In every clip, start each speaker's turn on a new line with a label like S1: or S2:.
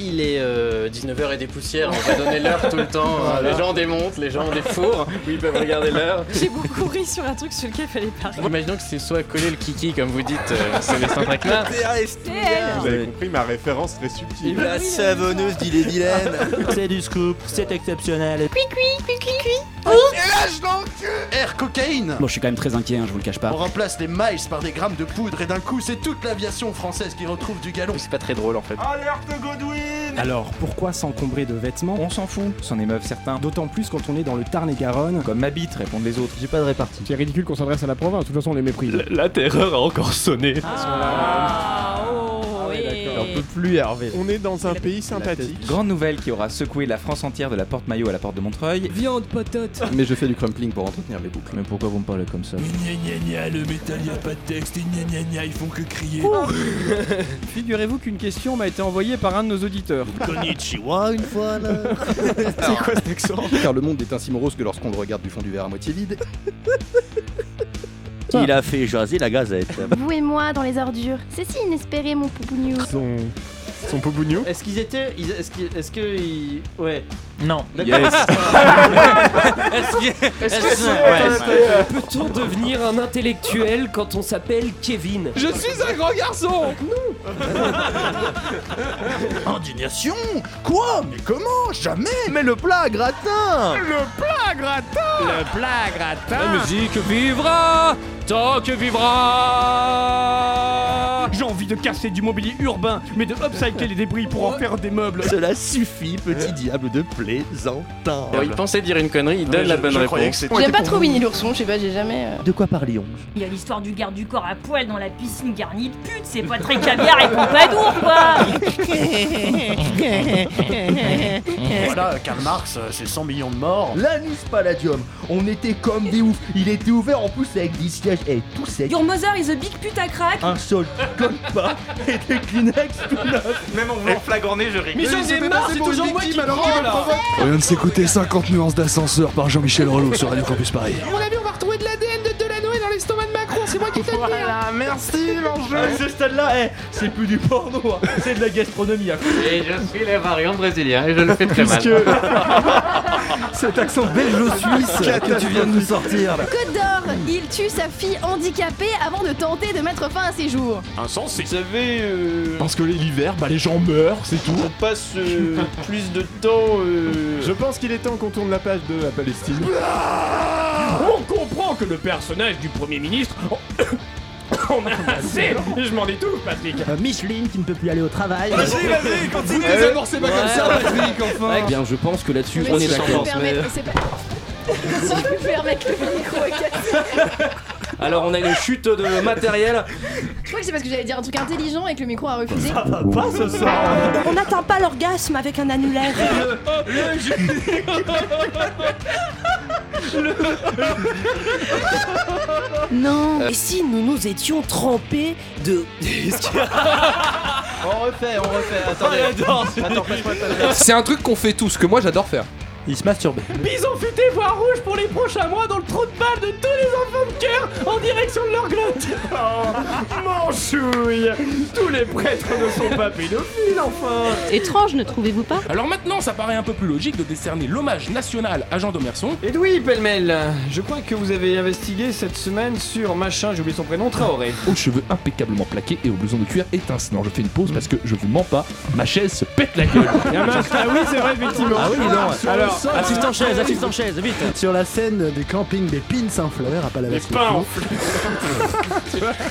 S1: Il est euh, 19h et des poussières, on va donner l'heure tout le temps. hein. Les gens démontent, les gens ont des fours, oui, ils peuvent regarder l'heure.
S2: J'ai beaucoup ri sur un truc sur lequel il fallait pas rire.
S1: Imaginons que c'est soit coller le kiki, comme vous dites, euh, Sébastien Traquenard.
S2: Elle
S3: Vous avez compris ma référence très subtile.
S4: La savonneuse d'il est vilaine.
S5: C'est du scoop, c'est exceptionnel.
S6: Air cocaïne
S5: Bon, je suis quand même très inquiet, hein, je vous le cache
S6: On
S5: pas.
S6: remplace les miles par des grammes de poudre et d'un coup c'est toute l'aviation française qui retrouve du galon.
S1: C'est pas très drôle en fait.
S4: Ah,
S7: Alors, pourquoi s'encombrer de vêtements
S8: On s'en fout, c'en émeuvent certains.
S7: D'autant plus quand on est dans le Tarn-et-Garonne.
S8: Comme ma bite, répondent les autres.
S4: J'ai pas de répartie.
S9: C'est ridicule qu'on s'adresse à la province, de toute façon on les méprise.
S3: La, la terreur a encore sonné.
S2: Ah, oh,
S3: On
S2: et...
S3: peut plus Hervé.
S7: On est dans un pays sympathique.
S8: Grande nouvelle qui aura secoué la France entière de la porte maillot à la porte de Montreuil.
S2: Viande potote.
S4: Mais je fais du crumpling pour entretenir les boucles.
S8: Mais pourquoi vous me parlez comme ça
S9: Figurez-vous qu'une question m'a été envoyée par un de nos auditeurs.
S4: Ah, Konnichiwa une fois là.
S7: C'est quoi cet accent
S4: Car le monde est ainsi morose que lorsqu'on le regarde du fond du verre à moitié vide.
S1: Il a fait jaser la gazette.
S10: Vous et moi dans les ordures. C'est si inespéré, mon poupou news.
S7: Son, son pobougnou.
S9: Est-ce qu'ils étaient. ils- Est-ce qu'ils- est-ce que. ils- Ouais.
S1: Non.
S8: Yes
S9: Peut-on devenir un intellectuel quand on s'appelle Kevin
S7: Je suis un grand garçon
S6: Indignation Quoi Mais comment Jamais
S3: Mais le plat à gratin
S9: La musique vivra tant que vivra
S7: J'ai envie de casser du mobilier urbain, mais de upcycler les débris pour en faire des meubles.
S4: Cela suffit, petit diable de plaisantin.
S1: il pensait dire une connerie, il donne la bonne réponse.
S2: J'aime pas trop Winnie l'ourson, je sais pas, j'ai jamais. euh,
S4: De quoi parlions
S11: Il y a l'histoire du garde du corps à poil dans la piscine garnie de putes, c'est pas très caviar et pompadour quoi
S6: Voilà, Karl Marx, euh, c'est 100 millions de morts.
S4: L'anus palladium, on était comme des oufs. Il était ouvert en plus avec des sièges et tout sec.
S11: Your mother is a big pute à crack
S4: Un sol comme pas et des Kleenex tout neufs. Eh,
S8: Même en voulant flagorner, je ris.
S9: Mais j'en ai marre, c'est toujours moi qui prends là
S6: On vient de s'écouter 50 nuances d'ascenseur par Jean-Michel Rollo sur Radio Campus Paris.
S4: Voilà, merci l'enjeu À ce stade-là, eh, c'est plus du porno, hein, c'est de la gastronomie. hein.
S1: Et je suis le variant brésilien et je le fais très mal.
S4: Cet accent belge-suisse que tu viens de nous sortir. là.
S10: Côte d'Or, il tue sa fille handicapée avant de tenter de mettre fin à ses jours.
S3: Vous savez,
S6: Parce que l'hiver, bah les gens meurent, c'est tout.
S3: on passe plus de temps.
S7: Je pense qu'il est temps qu'on tourne la page de la Palestine.
S9: On comprend que le personnage du Premier ministre. On a assez Je m'en étouffe, Patrick
S5: Micheline qui ne peut plus aller au travail.
S4: Vous désamorcez pas comme ça, Patrick, enfin
S1: bien, je pense que là-dessus,
S10: Mais si je peux me
S9: euh.
S10: permettre, c'est pas. Si je peux me permettre, le micro est cassé.
S9: Alors on a une chute de matériel.
S10: Je crois que c'est parce que j'allais dire un truc intelligent et que le micro a refusé.
S4: Pas ce soir
S2: On n'atteint pas l'orgasme avec un annulaire. non. Et si nous nous étions trempés de.
S4: On refait, on refait, attendez. Attends, passe-moi le papier.
S9: C'est un truc qu'on fait tous, que moi j'adore faire.
S4: Il se masturbe.
S9: Bison futé voix rouge pour les prochains mois dans le trou de balle de tous les enfants de cœur en direction de leur glotte. Oh, manchouille Tous les prêtres ne sont pas pédophiles enfin
S2: Étrange, ne trouvez-vous pas
S9: Alors maintenant, ça paraît un peu plus logique de décerner l'hommage national à Jean Domerson. Et oui, pêle-mêle, je crois que vous avez investigué cette semaine sur machin, j'ai oublié son prénom, Traoré.
S3: Aux cheveux impeccablement plaqués et aux blousons de cuir étincelants. Je fais une pause parce que je vous mens pas, ma chaise se pète la gueule.
S9: ah oui, c'est vrai, effectivement.
S4: Ah oui, non.
S9: Alors,
S5: Assistant chaise, assistant chaise, vite
S6: Sur la scène des campings des pins sans fleurs à Palavas.
S9: pains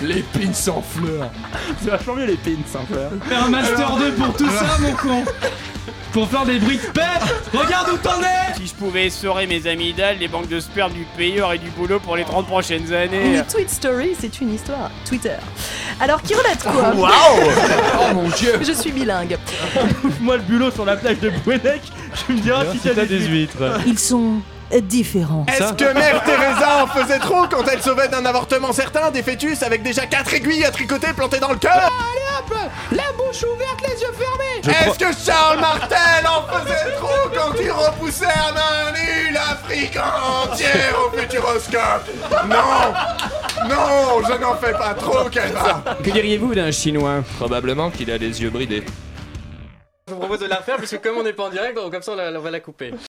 S3: les pins sans fleurs.
S4: C'est vachement mieux les pins, hein, frère.
S9: faire un Master 2 pour tout ça, mon con Pour faire des bruits de Regarde où t'en es
S7: Si je pouvais essorer mes amygdales, les banques de sperme du pays auraient du boulot pour les 30 prochaines années.
S2: Une tweet story, c'est une histoire. Twitter. Alors, qui relate quoi Waouh
S3: Oh mon dieu
S2: Je suis bilingue.
S4: Moi, le bulot sur la plage de Bouenec, je me diras si t'as des huîtres.
S2: Ils sont différents.
S3: Est-ce que Mère Teresa en faisait trop quand elle sauvait d'un avortement certain des fœtus avec déjà 4 aiguilles à tricoter plantées dans le cœur Allez hop La bouche ouverte, les yeux fermés Est-ce que Charles Martel en faisait trop quand il repoussait à main nue l'Afrique entière au futuroscope Non Non, je n'en fais pas trop, Calva
S9: Que diriez-vous d'un chinois
S8: Probablement qu'il a les yeux bridés.
S1: Je vous propose de la refaire, puisque comme on n'est pas en direct, donc comme ça on, la- on va la couper.